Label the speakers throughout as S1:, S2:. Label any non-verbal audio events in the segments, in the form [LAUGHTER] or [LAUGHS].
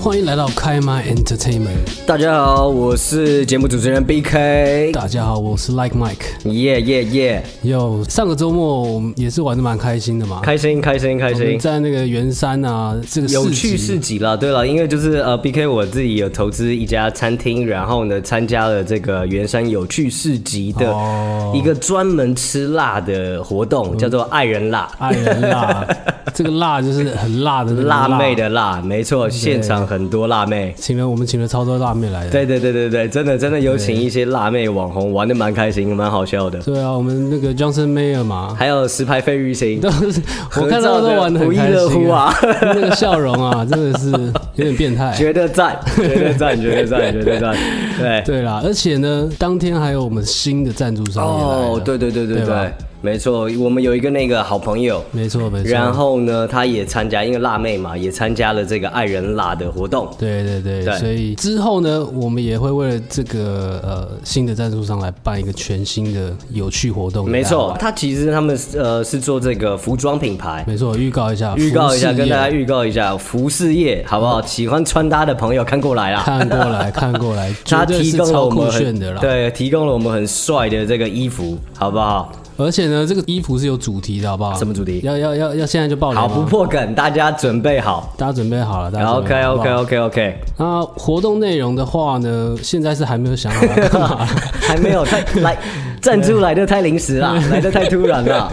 S1: 欢迎来到开麦 Entertainment。
S2: 大家好，我是节目主持人 BK，
S1: 大家好，我是 Like Mike。
S2: 耶耶耶，
S1: 哟，上个周末我们也是玩的蛮开心的嘛，
S2: 开心开心开
S1: 我们
S2: 心，
S1: 在那个圆山啊，这个
S2: 有
S1: 市
S2: 趣
S1: 集
S2: 市集啦。对了，因为就是呃，BK 我自己有投资一家餐厅，然后呢参加了这个圆山有趣市集的
S1: 哦嗯
S2: 一个专门吃辣的活动，叫做爱人辣。
S1: 爱人
S2: [LAUGHS]
S1: 辣，这个辣就是很辣的那个
S2: 辣妹。的辣，没错，现场很多辣妹。
S1: 请了我们请了超多辣妹来的。
S2: 对对对对对，真的真的有请一些辣妹网红，玩的蛮开心，蛮好笑的。
S1: 对啊，我们那个 Johnson Mayer 嘛， [LAUGHS]
S2: 还有石牌费玉清，
S1: 都是我看到都玩的很
S2: 不亦
S1: 开
S2: 乐乎
S1: 心
S2: 啊
S1: 那个笑容啊，真的是有点变
S2: [LAUGHS]
S1: 态。
S2: 觉
S1: [LAUGHS]
S2: 得赞，觉得赞，觉得 [LAUGHS] 赞，觉得赞，对。
S1: 对啦，而且呢，当天还有我们新的赞助商也来了
S2: 哦，对对对对
S1: 对
S2: 对，
S1: 吧
S2: 没错，我们有一个那个好朋友，
S1: 没错没错。
S2: 然后呢，他也参加，因为辣妹嘛，也参加了这个爱人辣的活动。
S1: 对对对，
S2: 对
S1: 所以之后呢，我们也会为了这个呃新的赞助商来办一个全新的有趣活动。
S2: 没错，，他其实他们呃是做这个服装品牌。
S1: 没错，预告一下，
S2: 预告一下，
S1: 服饰
S2: 跟
S1: 业嗯
S2: 大家预告一下，服饰业好不好？喜欢穿搭的朋友看过来啦。
S1: 看过
S2: [LAUGHS]
S1: 来，看过来，绝
S2: 他
S1: 对
S2: 提
S1: 是
S2: 供了
S1: 超
S2: 我
S1: 酷
S2: 们
S1: 炫
S2: 很
S1: 的啦。
S2: 对，提供了我们很帅的这个衣服，好不好？
S1: 而且呢，这个衣服是有主题的，好不好？
S2: 什么主题
S1: 要要要要现在就爆雷吗
S2: 好不破梗，大家准备好。
S1: 大家准备啊好了，大家准备
S2: OK
S1: 好了
S2: OK。OK OK。
S1: 好不好那活动内容的话呢，现在是还没有想好要干嘛。
S2: [LAUGHS] 还没有太来赞助来的太临时啦，来的太突然啊啦。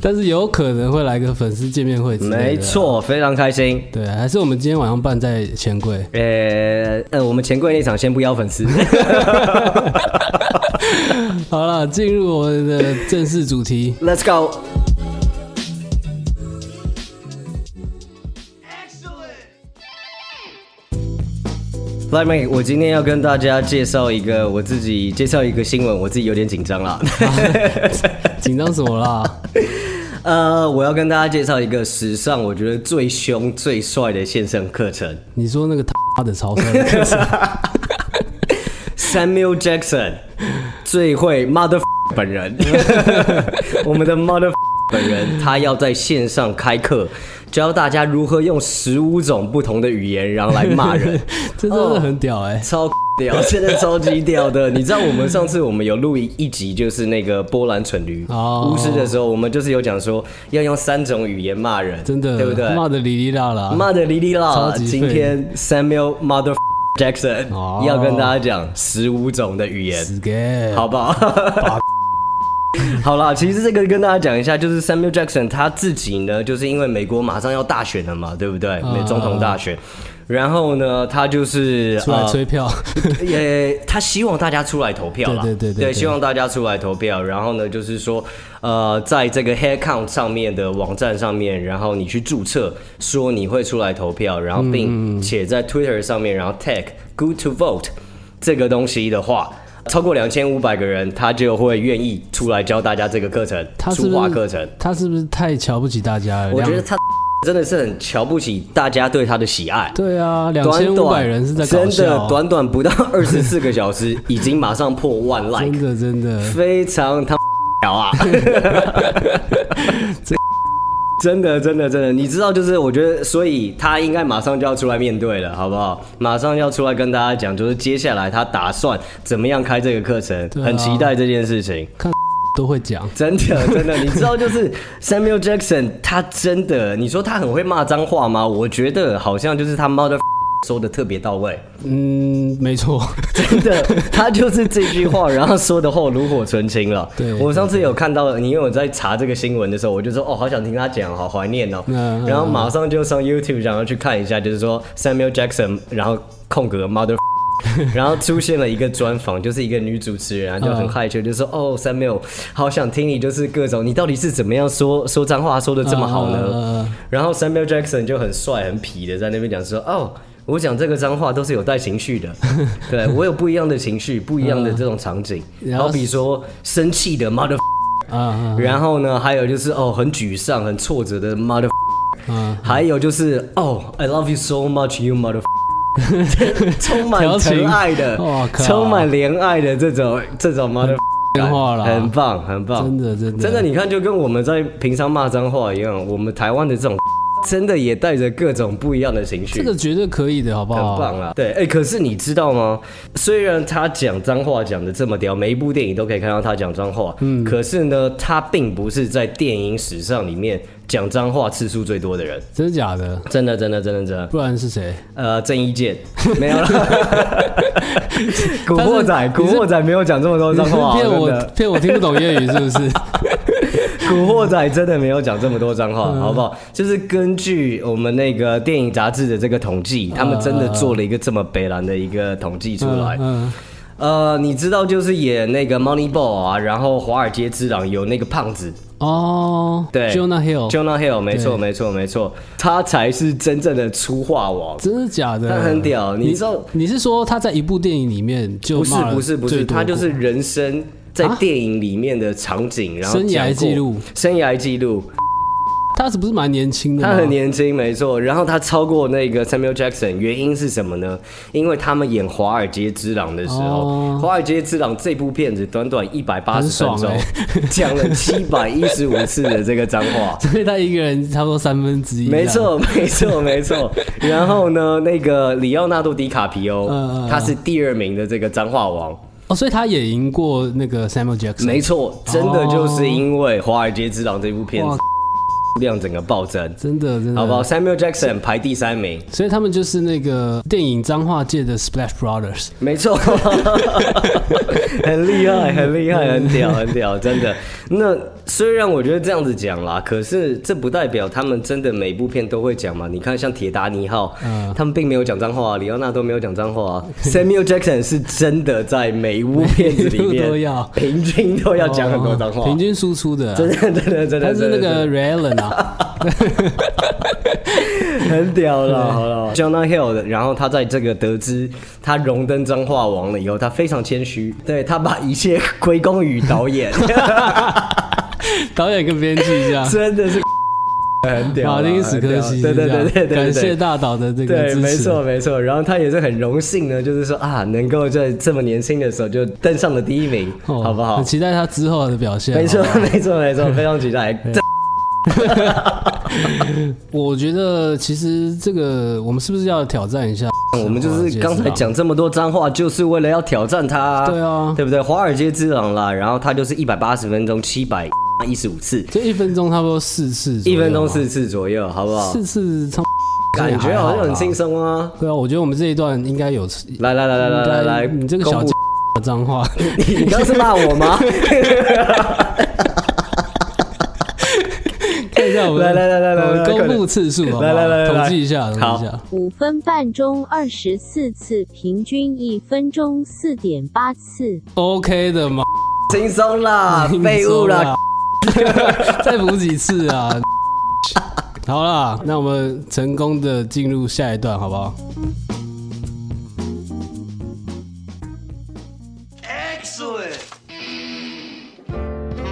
S1: 但是有可能会来个粉丝见面会之类的。
S2: 没，错，非常开心。
S1: 对，还是我们今天晚上办在钱柜。
S2: 呃呃，我们钱柜那场先不邀粉丝， [LAUGHS]
S1: 好了，进入我们的正式主题。
S2: ，Let's go。来，妹，我今天要跟大家介绍一个我自己介绍一个新闻，我自己有点紧张啊啦。
S1: 紧张什么啦？
S2: 呃，我要跟大家介绍一个史上我觉得最凶最帅的线上课程
S1: 你说那个他妈的超帅的
S2: [LAUGHS]
S1: 课程，
S2: ，Samuel Jackson 最会 mother 本人，
S1: [LAUGHS]
S2: 我们的 mother 本人，他要在线上开课，教大家如何用十五种不同的语言，然后来骂
S1: [LAUGHS]
S2: 人，
S1: 这真的很屌哎、
S2: 超屌，真的超级屌的。你知道我们上次我们有录一一集，就是那个波兰蠢驴
S1: 哦
S2: 巫师的时候，我们就是有讲说要用三种语言骂人，
S1: 真的，
S2: 对不对？
S1: 骂的哩哩啦啦。
S2: 妈的哩哩
S1: 超
S2: 啦！
S1: 级废
S2: 今天 Samuel Mother Jackson、
S1: 哦
S2: 要跟大家讲十五种的语言，
S1: 死给
S2: 好不好？ [LAUGHS] 好啦，其实这个跟大家讲一下，就是 Samuel Jackson 他自己呢，就是因为美国马上要大选了嘛，对不对？美总统大选，然后呢，他就是
S1: 出来
S2: 呃
S1: 催票，
S2: 也他希望大家出来投票啦，
S1: 对对对对对
S2: 希望大家出来投票。然后呢，就是说，呃，在这个 Hair Count 上面的网站上面，然后你去注册，说你会出来投票，然后并且在 Twitter 上面，然后 tag Good to Vote 这个东西的话。超过两千五百个人，他就会愿意出来教大家这个课程，
S1: 他是
S2: 出
S1: 不
S2: 化
S1: 是
S2: 课程。
S1: 他是不是太瞧不起大家了？
S2: 我觉得
S1: 两
S2: 他真的是很瞧不起大家对他的喜爱。
S1: 对啊，两
S2: 短
S1: 千五百
S2: 短
S1: 人是在搞
S2: 真
S1: 笑
S2: 的，短短不到二十四个小时，已经马上破万
S1: 真
S2: like，
S1: 的真的，
S2: 非常他屌
S1: [LAUGHS]
S2: 啊！真的，真的，真的，你知道，就是我觉得，所以他应该马上就要出来面对了，好不好？马上要出来跟大家讲，就是接下来他打算怎么样开这个课程，
S1: 啊
S2: 很期待这件事情。
S1: 都会讲。
S2: 真的，真的，你知道就是 Samuel Jackson，他真的，你说他很会骂脏话吗？我觉得好像就是他妈的 [LAUGHS] 说的特别到位。
S1: 嗯，没错，[LAUGHS]
S2: 真的，他就是这句话，然后说的话炉火纯青了。
S1: [LAUGHS] 对
S2: 我上次有看到，你因为我在查这个新闻的时候，我就说哦，好想听他讲，好怀念哦。
S1: 嗯嗯
S2: 然后马上就上 YouTube，然后去看一下，就是说 Samuel Jackson，然后空格
S1: [LAUGHS]
S2: mother 。然后出现了一个专访，就是一个女主持人，然后就很害羞，就说：“哦，Samuel，好想听你，就是各种你到底是怎么样说说脏话说的 [LAUGHS] 这么好呢？”
S1: 呃
S2: 然后 Samuel Jackson 就很帅很痞的在那边讲说，哦，我讲这个脏话都是有带情绪
S1: [LAUGHS]
S2: 的，对我有不一样的情绪，不一样的这种场景，
S1: 嗯然后
S2: 好比说生气的 mother，
S1: 啊啊
S2: 然后呢，还有就是哦很沮丧很挫折的 mother，
S1: 啊！
S2: 还有就是哦 I love you so much you
S1: [LAUGHS]
S2: mother。充满
S1: 调情
S2: 疼爱的
S1: 哇，靠
S2: 充满怜爱的这种这种 mother，
S1: 电话啦，
S2: 很棒，很棒，
S1: 真的真的
S2: 真的，你看，就跟我们在平常骂脏话一样，我们台湾的这种 [LAUGHS] 真的也带着各种不一样的情绪。
S1: 这个哦绝对可以的，好不
S2: 很
S1: 好？
S2: 棒啊！对，哎、可是你知道吗？虽然他讲脏话讲的这么屌，每一部电影都可以看到他讲脏话，嗯，可是呢，他并不是在电影史上里面讲脏话次数最多的人。
S1: 真的假的？
S2: 真的，真的，真的，真的，
S1: 不然是谁？
S2: 呃，郑
S1: [LAUGHS]
S2: 伊健没有了。古惑仔，
S1: 你是
S2: 古惑仔没有讲这么多
S1: 你
S2: 脏
S1: 是 [LAUGHS]
S2: 话，啊
S1: 骗
S2: 真
S1: 我
S2: 的
S1: 骗我听不懂粤语是不
S2: [LAUGHS]
S1: 是？
S2: 古惑仔真的没有讲这么多脏话，好不好？就是根据我们那个电影杂志的这个统计，他们真的做了一个这么北蓝的一个统计出来。
S1: 嗯，
S2: 呃，你知道就是演那个 Moneyball 啊，然后《华尔街之狼》有那个胖子，
S1: 哦，
S2: 对
S1: j o n a Hill，
S2: Jonah Hill，没错
S1: 对
S2: 没错没错，他才是真正的粗话王。
S1: 真的假的？
S2: 他很屌你知道
S1: 你是说他在一部电影里面就
S2: 不是
S1: 骂了
S2: 不是不
S1: 最
S2: 是，
S1: 多
S2: 他就是
S1: 过
S2: 人生在
S1: 啊
S2: 电影里面的场景，然后
S1: 生涯
S2: 讲过
S1: 记录，
S2: 生涯记录，
S1: 他是不是蛮年轻的吗？
S2: 他很年轻，没错。然后他超过那个 Samuel Jackson，原因是什么呢？因为他们演《华尔街之狼》的时候，
S1: 哦
S2: 《华尔街之狼》这部片子短短一百八十
S1: 很爽
S2: 分
S1: 欸
S2: 钟， [LAUGHS] 讲了七百一十五次的这个脏
S1: [LAUGHS]
S2: 话。
S1: 所以他一个人差不多三分 [LAUGHS] 之一。
S2: 没，错， [LAUGHS] 没错，没错。然后呢，那个里奥纳多·迪卡皮欧
S1: 嗯嗯，嗯
S2: 他是第二名的这个脏话王。
S1: 哦，所以他也赢过那个 Samuel Jackson。
S2: 没错，真的就是因为《华尔街之狼》这部片
S1: 哇嗯
S2: 子量整个暴增，
S1: 真的真的，
S2: 好不好？Samuel Jackson 排第三名。
S1: 所以他们就是那个电影脏话界的 Splash Brothers。
S2: 没错，很厉害，很厉
S1: 嗯
S2: 害，很屌，很屌，真的。那虽然我觉得这样子讲啦，可是这不代表他们真的每部片都会讲嘛。你看，像《铁达尼号》
S1: 嗯
S2: 他们并没有讲脏话、啊，里奥纳多没有讲脏
S1: [LAUGHS]
S2: 话、啊，Samuel Jackson 是真的在每一部片子里
S1: [LAUGHS]
S2: 面
S1: 都要
S2: 平均都要讲很多脏话，
S1: 哦平均输出的啊、
S2: [LAUGHS] 真的真的真的，
S1: 他是那
S2: 真
S1: 个
S2: 的
S1: Ray Allen
S2: [LAUGHS]
S1: 啊，
S2: 很屌了，好了，Jonah Hill 的，然后他在这个得知他荣登脏话王了以后，他非常谦虚，对他把一切归功于导演，
S1: 导演跟编剧这样，
S2: 真的是很屌啦，
S1: 马丁史科西是
S2: 很屌对
S1: 这
S2: 对
S1: 样，
S2: 对对对对，
S1: 感谢大导的这个
S2: 对，
S1: 支持。
S2: 没错没错，然后他也是很荣幸呢，就是说啊，能够在这么年轻的时候就登上了第一名，
S1: 哦
S2: 好不好
S1: 很？啊期待他之后的表现。
S2: 没错 [LAUGHS]
S1: 好不好
S2: 没错没错，非常期待。这
S1: 我觉得其实这个我们是不是要挑战一下？
S2: [LAUGHS] 我们就是刚才讲这么多脏话，就是为了要挑战他、
S1: 对啊
S2: 对不对？华尔街之狼啦，然后他就是一百八十分钟，七百一十五次，
S1: 这一分钟差不多四次左
S2: 一
S1: 右啊，
S2: 分钟四次左右，好不好？
S1: 四次差不多，
S2: 感觉好像很轻
S1: 松。
S2: 松啊！
S1: 对啊，我觉得我们这一段应该有
S2: 来来来来来来来，
S1: 嗯你这个小
S2: 公布
S1: 脏话，
S2: 你刚是骂
S1: [LAUGHS]
S2: 我吗？
S1: 看一下我们
S2: 来来来来来
S1: 我们
S2: 来快
S1: 公
S2: 点
S1: 布次数好不好，
S2: 来来来来来
S1: 统计一下，统
S2: 好
S1: 计一下。
S3: 五分半钟二十四次，平均一分钟四点八次。
S1: OK 的嘛，
S2: 轻松啦，废物啦，，
S1: 再补几次啊！好啦，那我们成功的进入下一段，好不好？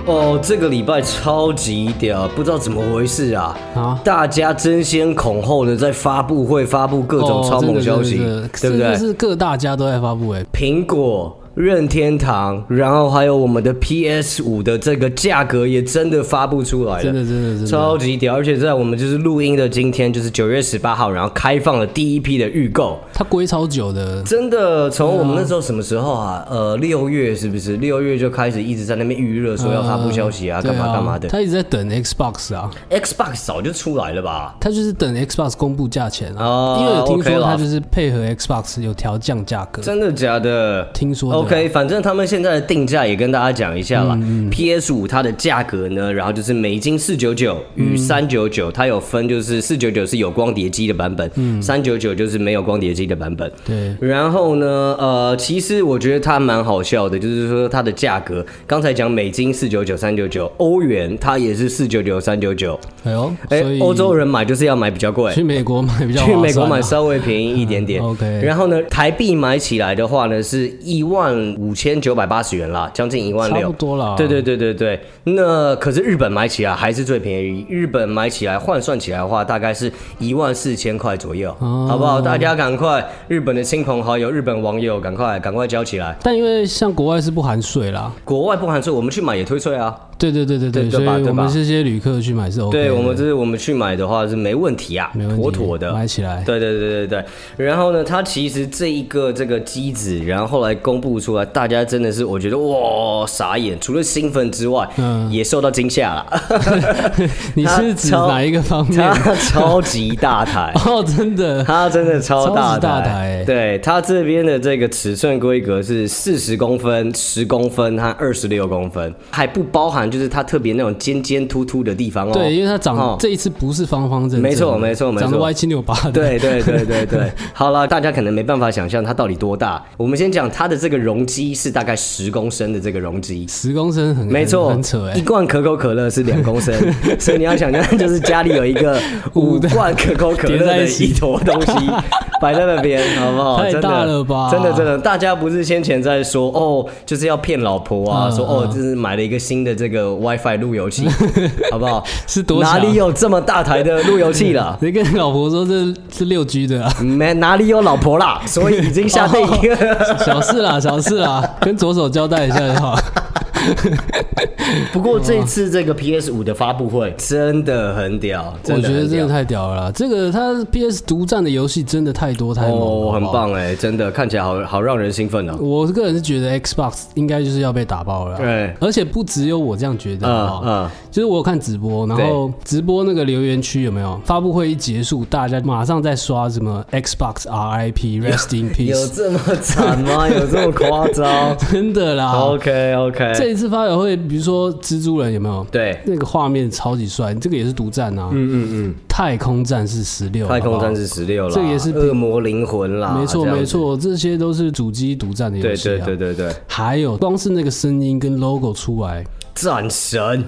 S2: 哦，这个礼拜超级屌，不知道怎么回事啊！
S1: 啊
S2: 大家争先恐后的在发布会发布各种超猛消息，
S1: 哦
S2: 对
S1: 真的真
S2: 不
S1: 的真的
S2: 对
S1: 这？是各大家都在发布哎，
S2: 苹果、任天堂，然后还有我们的 PS 五的这个价格也真的发布出来了，
S1: 真的真的真的
S2: 超级屌！而且在我们就是录音的今天，就是九月十八号，然后开放了第一批的预购。
S1: 它归超久的，
S2: 真的，从我们那时候什么时候啊？呃，六月是不是？六月就开始一直在那边预热，说要发布消息啊，
S1: 呃
S2: 干嘛
S1: 对
S2: 干嘛的。
S1: 他一直在等 Xbox 啊，
S2: Xbox 早就出来了吧？
S1: 他就是等 Xbox 公布价钱
S2: 哦
S1: 啊，因为有听
S2: OK
S1: 说
S2: 啦
S1: 他就是配合 Xbox 有调降价格，
S2: 真的假的？
S1: 听说的啊嗯
S2: OK，反正他们现在的定价也跟大家讲一下啦。PS 五它的价格呢，然后就是美金四九九与
S1: 嗯
S2: 三九九，它有分，就是四九九是有光碟机的版
S1: 嗯
S2: 本，三九九就是没有光碟机的版本。
S1: 对，
S2: 然后呢，呃，其实我觉得它蛮好笑的，就是说它的价格，刚才讲美金四九九三九九，欧元它也是四九九三九九，
S1: 哎呦，
S2: 哎
S1: 所以，
S2: 欧洲人买就是要买比较贵，
S1: 去美国买比较划
S2: 去
S1: 算啊
S2: 美国买稍微便宜一点点。
S1: 嗯，OK
S2: 然后呢，台币买起来的话呢，是一万五千九百八十元啦，将近一万
S1: 差
S2: 六
S1: 不。多啊啦，
S2: 对对对对对，那可是日本买起来还是最便宜，日本买起来换算起来的话，大概是一万四千块左右，
S1: 哦
S2: 好不好？大家赶快，日本的亲朋好友、日本网友，赶快赶快交起来。
S1: 但因为像国外是不含税啦，
S2: 国外不含税，我们去买也退税啊。
S1: 对对对对对，
S2: 对
S1: 所
S2: 对
S1: 以
S2: 吧对
S1: 我们
S2: 吧
S1: 这些旅客去买是 OK 的。
S2: 对我们这我们去买的话是没问题啊
S1: 没问，题
S2: 妥妥的，
S1: 买起来
S2: 对对对对对。然后呢，它其实这一个这个机子，然后后来公布出来，大家真的是我觉得哇傻眼，除了兴奋之外，
S1: 嗯
S2: 也受到惊
S1: [LAUGHS]
S2: 吓了。
S1: 你
S2: 它
S1: 是指
S2: 超
S1: 哪一个方面？。
S2: 它超级大台
S1: [LAUGHS] 哦，真的，
S2: 它真的超
S1: 超
S2: 大
S1: 级大台欸
S2: 对它这边的这个尺寸规格是四十公分、十公分和二十六公分，还不包含就是它特别那种尖尖突突的地方哦。
S1: 对，因为它长、
S2: 哦
S1: 这一次不是方方正正的，
S2: 没错没错没错
S1: 长得歪七扭八 [LAUGHS] 的。
S2: 对对对对对，好了，大家可能没办法想象它到底多大。我们先讲它的这个容积是大概十公升的这个容积。
S1: 十公升很
S2: 没错
S1: 很很扯，哎、
S2: 一罐可口可乐是两公升，
S1: [LAUGHS]
S2: 所以你要想象，就是家里有一个五罐可口可
S1: 叠
S2: 乐
S1: 在
S2: 的
S1: 一起
S2: 一坨东
S1: [LAUGHS]
S2: 西摆在那边，好不好？
S1: 太
S2: 真的
S1: 大了吧
S2: 真的真的，大家不是先前在说哦，就是要骗老婆啊，
S1: 嗯
S2: 说哦
S1: 嗯，
S2: 这是买了一个新的这个 WiFi 路
S1: [LAUGHS]
S2: 由器，好不好？
S1: 是多
S2: 哪
S1: 强
S2: 里有这么大台的路由器了？
S1: [LAUGHS] 你跟老婆说这是六 G 的、啊，
S2: 没哪里有老婆啦， [LAUGHS] 所以已经下定一个。 [LAUGHS]
S1: 小事啦，小事啦，跟左手交代一下就好。
S2: 不过这次这个 PS 五的发布会真的很屌，
S1: 我
S2: 真的
S1: 觉得
S2: 很
S1: 真的
S2: 屌。
S1: 太屌了啦，这个它 PS 独占的游戏真的太多太猛了，
S2: 哦，
S1: 好
S2: 很
S1: 不好。
S2: 棒哎，真的看起来好好让人兴奋哦。
S1: 我个人是觉得 Xbox 应该就是要被打爆了，
S2: 对
S1: 而且不只有我这样觉得啊、
S2: 嗯嗯
S1: 就是我有看直播，然后直播那个留言区有没有发布会一结束，大家马上在刷什么 Xbox
S2: [LAUGHS]
S1: RIP Rest in
S2: 有
S1: Peace，
S2: 这么惨 [LAUGHS] 吗？有这么夸张
S1: 真的啦。
S2: ？OK
S1: 这
S2: OK，
S1: 一次发表会，比如说蜘蛛人有没有？
S2: 对，
S1: 那个画面超级帅，这个也是独占啊。嗯嗯嗯。太空战士十六，
S2: 太空战
S1: 士。
S2: 士十六啦，
S1: 这个也是比
S2: 恶魔灵魂啦，
S1: 没错
S2: 这样子
S1: 没，错，这些都是主机独占的游
S2: 对
S1: 戏啊。
S2: 对对对对，
S1: 还有，光是那个声音跟 logo 出来，
S2: 战神，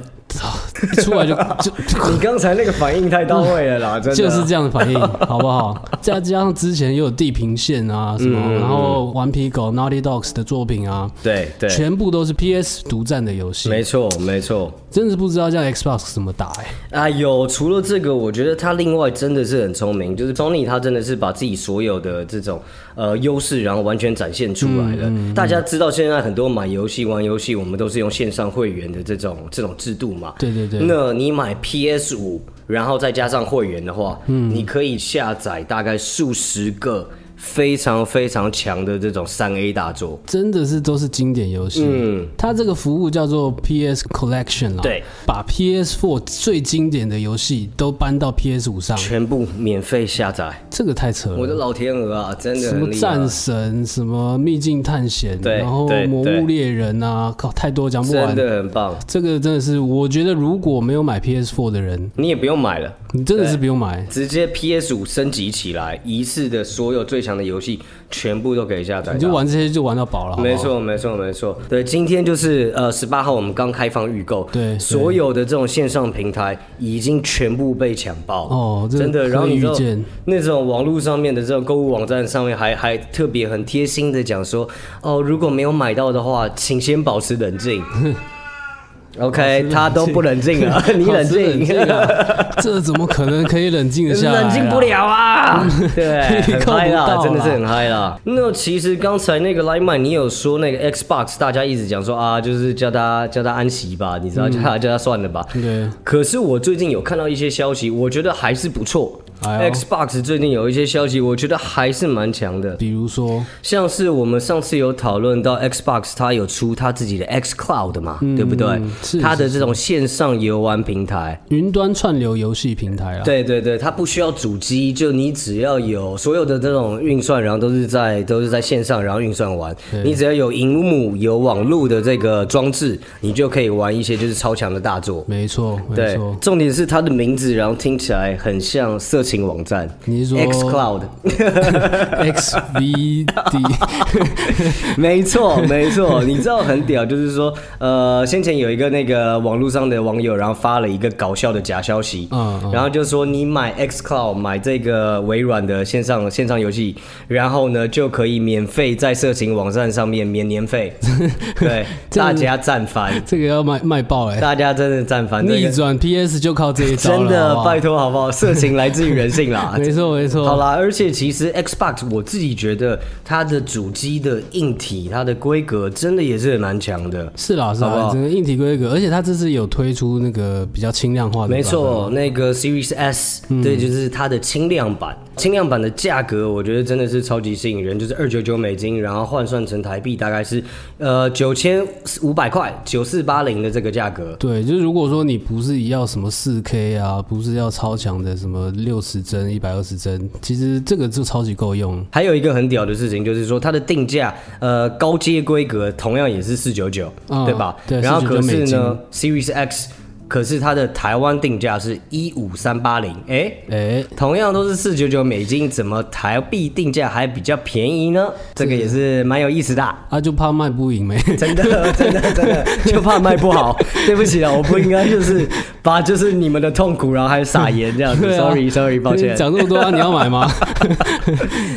S1: 一出来就 [LAUGHS] 就
S2: [LAUGHS] 你刚才那个反应太到位了啦，真的啊
S1: 就是这样的
S2: [LAUGHS]
S1: 反应，好不好？再加上之前也有地平线啊
S2: 嗯
S1: 什么，然后顽皮狗 Naughty Dogs 的作品啊，
S2: 对对，
S1: 全部都是 PS 独占的游戏，
S2: 没错没错。
S1: 真是不知道这样 Xbox 怎么打哎、
S2: 啊，有除了这个，我觉得他另外真的是很聪明，就是 Sony 他真的是把自己所有的这种呃优势，然后完全展现出来
S1: 嗯
S2: 了。大家知道现在很多买游戏、玩游戏，我们都是用线上会员的这种这种制度嘛。
S1: 对对对
S2: 那你买 PS 五，然后再加上会员的话，
S1: 嗯
S2: 你可以下载大概数十个非常非常强的这种三 A 大作。
S1: 真的是都是经典游戏。
S2: 嗯，
S1: 它这个服务叫做 PS Collection 啦，
S2: 对，
S1: 把 PS4 最经典的游戏都搬到 PS5 上，
S2: 全部免费下载，
S1: 这个太扯了。
S2: 我的老天鹅啊，真的
S1: 嗯什
S2: 很
S1: 么
S2: 厉害
S1: 战。神，什么秘境探险，
S2: 对
S1: 然后
S2: 对
S1: 魔
S2: 对
S1: 物猎人啊，靠，太多讲不
S2: 真
S1: 完。
S2: 的很棒，
S1: 这个真的是，我觉得如果没有买 PS4 的人，
S2: 你也不用买了。
S1: 你真的是不用买。
S2: 直接 PS 五升级起来，一次的所有最强的游戏全部都可以下载到。
S1: 你就玩这些就玩到饱了，好不好啊
S2: 没。
S1: [LAUGHS]
S2: 错，没错，没错。对，今天就是呃十八号，我们刚开放预购，
S1: 对对
S2: 所有的这种线上平台已经全部被抢爆
S1: 哦这
S2: 真的。
S1: 可以
S2: 然后你知道
S1: 预见
S2: 那种网络上面的这种购物网站上面还还特别很贴心的讲说，哦，如果没有买到的话，请先保持
S1: [LAUGHS]
S2: 冷静。OK，他都不冷静了， [LAUGHS] 你冷
S1: 靠
S2: 静
S1: 冷。静啊！这怎么可能可以冷静的下来啊？
S2: 冷静不了啊！ [LAUGHS] 对，
S1: [LAUGHS]
S2: 很嗨
S1: 够不到
S2: 啦，
S1: 啦啊
S2: 真的是很嗨啦。那其实刚才那个 Line Man，你有说那个 Xbox，大家一直讲说啊，就是叫他叫他安息吧，你知
S1: 嗯
S2: 道，叫他叫他算了吧。
S1: 对，
S2: 可是我最近有看到一些消息，我觉得还是不错。
S1: 哎呦
S2: Xbox 最近有一些消息，我觉得还是蛮强的。
S1: 比如说，
S2: 像是我们上次有讨论到 Xbox，它有出它自己的 X Cloud 嘛，对不对？
S1: 嗯是
S2: 它的这种线上游玩平台，
S1: 云端串流游戏平台啦，
S2: 对对对，它不需要主机，就你只要有所有的这种运算，然后都是在都是在线上，然后运算完，你只要有荧幕、有网络的这个装置，你就可以玩一些就是超强的大作。
S1: 没错，没
S2: 对
S1: 错，。
S2: 重点是它的名字，然后听起来很像色情网站。
S1: 你是说
S2: X Cloud？ [LAUGHS]
S1: XVD
S2: 没错，没错，你知道很屌，就是说，呃，先前有一个那个网络上的网友，然后发了一个搞笑的假消息，
S1: 嗯嗯
S2: 然后就说你买 xCloud 买这个微软的线上线上游戏，然后呢就可以免费在色情网站上面免
S1: [LAUGHS]
S2: 年费，对，大家赞翻，
S1: 这个要卖卖爆哎、
S2: 大家真的赞翻，这个
S1: 逆转 PS 就靠这一招了
S2: 真的
S1: 好不好
S2: 拜托好不好？色情来自于人性啦
S1: [LAUGHS] 。没错没错。
S2: 好啦，而且其实 Xbox 我自己觉得它的主机的硬体，它的规格真的也是蛮强的。
S1: 是啦是
S2: 好不
S1: 啦，
S2: 好
S1: 整个硬体规格，而且它这次有推出那个比较轻量化的，
S2: 没，错，那个 Series S，、对，就是它的轻量版。轻量版的价格，我觉得真的是超级吸引人，就是二九九美金，然后换算成台币大概是呃九千五百块，九四八零的这个价格。
S1: 对，就是如果说你不是要什么四 K 啊，不是要超强的什么六十帧、一百二十帧，其实这个就超级够用。
S2: 还有一个很屌的事情，就是说它的定价，呃，高阶规格同样也是四九九，
S1: 嗯
S2: 对吧？
S1: 对
S2: 然后
S1: 499
S2: 可是
S1: 美金
S2: 呢，Series X，可是它的台湾定价是一五三八零，哎。
S1: 哎，
S2: 同样都是四九九美金，怎么台币定价还比较便宜呢？这个也是蛮有意思的啊、
S1: 啊就怕卖不赢没？
S2: 真
S1: [LAUGHS]
S2: 的，真的，真的，就怕卖不好。 [LAUGHS] 对不起啊，我不应该就是 [LAUGHS] 把就是你们的痛苦，然后还撒盐这样
S1: [LAUGHS]
S2: 子。
S1: 对啊
S2: Sorry，Sorry，抱歉。
S1: 讲这么多啊，你要买吗？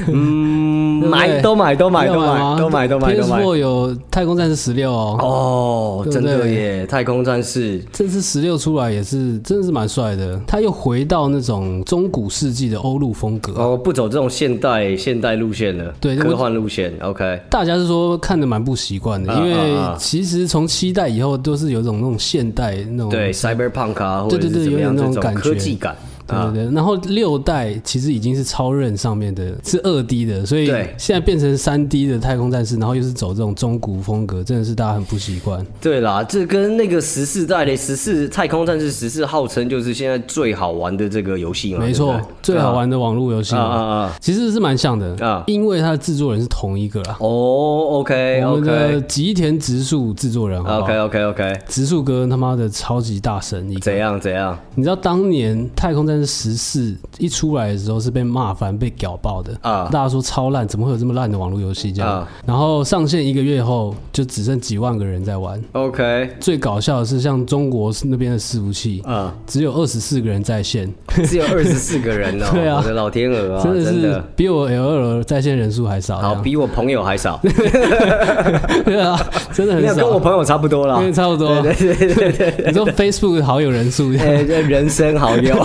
S2: 嗯，
S1: 对不对啊
S2: 买都买 [LAUGHS] 都买
S1: 要
S2: 都买
S1: 吗
S2: 都买都买都买。
S1: PS4 有《太空战士十六》哦，
S2: 哦，
S1: 对不
S2: 真
S1: 对
S2: 的耶！太空战士
S1: 这次十六出来也是真的是蛮帅的，他又回到那种中古世纪的欧陆风格。
S2: 哦，不走这种现代现代路线了，
S1: 对哦
S2: 科幻路线。OK，
S1: 大家是说看的蛮不习惯的，
S2: 啊
S1: 因为
S2: 啊啊
S1: 其实从七代以后都是有一种那种现代那种
S2: 对，cyberpunk 啊，或
S1: 对
S2: 者
S1: 对
S2: 是
S1: 对
S2: 怎么样
S1: 有点那
S2: 这
S1: 种
S2: 种
S1: 感觉
S2: 科技感
S1: 对对
S2: 啊。
S1: 对，然后六代其实已经是超任上面的，是二 D 的，所以
S2: 对
S1: 现在变成三 D 的太空战士，然后又是走这种中古风格，真的是大家很不习惯。
S2: 对啦，这跟那个十四代的十四太空战士十四号称就是现在最好玩的这个游戏嘛，
S1: 没错
S2: 对不对，
S1: 最好玩的网络游戏
S2: 啊
S1: 嘛，
S2: 啊啊！啊
S1: 其实是蛮像的
S2: 啊
S1: 因为它的制作人是同一个啦。
S2: 哦，OK
S1: 我们的啊
S2: OK
S1: 吉田直树制作人，好不
S2: OK
S1: 好？
S2: OK OK，
S1: 直树哥他妈的超级大神，一个
S2: 怎样怎样
S1: 你知道当年《太空战士十四》一出来的时候是被骂翻、被屌爆的
S2: 啊
S1: 大家说超烂，怎么会有这么烂的网络游戏这样？
S2: 啊
S1: 然后上线一个月后，就只剩几万个人在玩。
S2: ？OK
S1: 最搞笑的是，像中国那边的伺服器，
S2: 啊，
S1: 只有二十四个人在线，
S2: 只有二十四个人哦，
S1: [LAUGHS] 对啊
S2: 我的老天鹅啊，
S1: 真的
S2: 真
S1: 是啊
S2: 的。
S1: 比我 L L 在线人数还少。
S2: 好，
S1: 这
S2: 比我朋友还少，
S1: 样对啊， [LAUGHS] 真的
S2: 没
S1: 很
S2: 有跟我
S1: 少。
S2: 朋友差不多啦
S1: 因。为差不多，
S2: 对对对对对，
S1: 你说 Facebook 好友人数，
S2: 呃，这人生好友，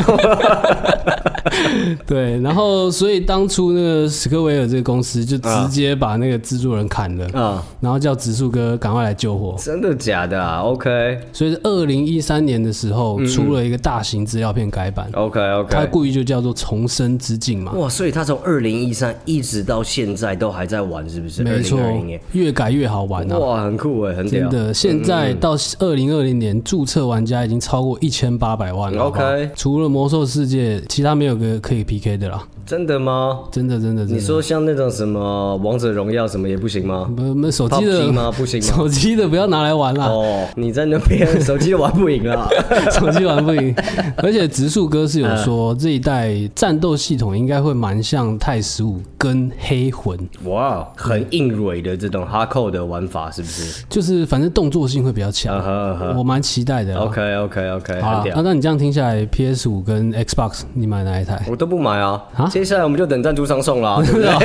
S1: 对，然后所以当初那个史克威尔这个公司就直接把那个制作人砍了，
S2: 啊，
S1: 然后叫植树哥赶快来救火。
S2: 真的假的啊？OK
S1: 所以是二零一三年的时候出了一个大型资料片改版，
S2: 嗯 OK
S1: 他
S2: OK，
S1: 故意就叫做《重生之境》嘛。
S2: 哇，所以他从二零一三一直到现在都还在玩，是不是？
S1: 没错
S2: 二零年，，
S1: 越改越好玩啊！
S2: 哇，很酷哎，很屌
S1: 真，的，现在到二零二零年，注册玩家已经超过一千八百万了。好不好
S2: OK
S1: 除了魔兽世界，其他没有个可以 PK 的啦。
S2: 真的吗？
S1: 真的，真的，真
S2: 你
S1: 的。
S2: 说像那种什么王者荣耀什么也不行吗？
S1: 我们手机
S2: PUBG
S1: 的
S2: 吗不行吗
S1: [LAUGHS] 手机的不要拿来玩啦，
S2: 哦，你在那边手机都玩不赢了，
S1: [LAUGHS] 手机玩不赢。而且植树哥是有说，这一代战斗系统应该会蛮像泰十五跟黑魂，
S2: 哇，很硬蕊的这种哈扣的玩法是不是？
S1: 就是反正动作性会比较强
S2: 啊哈啊哈
S1: 我蛮期待的啦。
S2: ，OK OK
S1: 好
S2: OK，很
S1: 啦，那
S2: 屌。
S1: 那你这样听下来，PS 五跟 Xbox 你买哪一台？
S2: 我都不买啊
S1: 啊！
S2: 接下来我们就等赞助商送啊
S1: [LAUGHS]
S2: 啦，对不
S1: 是吧？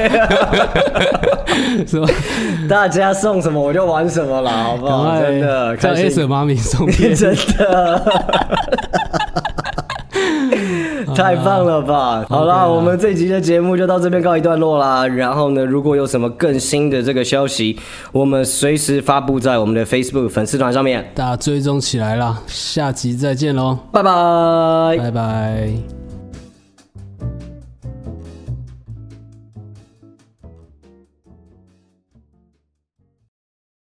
S2: 对？ [LAUGHS] 大家送什么我就玩什么啦，好不
S1: 赶
S2: 好？
S1: 快
S2: 哦真的
S1: 叫
S2: 开
S1: S
S2: 心，
S1: 妈咪
S2: [LAUGHS]
S1: 送 PS。
S2: 真
S1: [LAUGHS]
S2: 的。太棒了吧！好啦，我们这集的节目就到这边告一段落啦。然后呢，如果有什么更新的这个消息，我们随时发布在我们的 Facebook 粉丝团上面。
S1: 大家追踪起来啦，下集再见喽，
S2: 拜拜。
S1: 拜拜。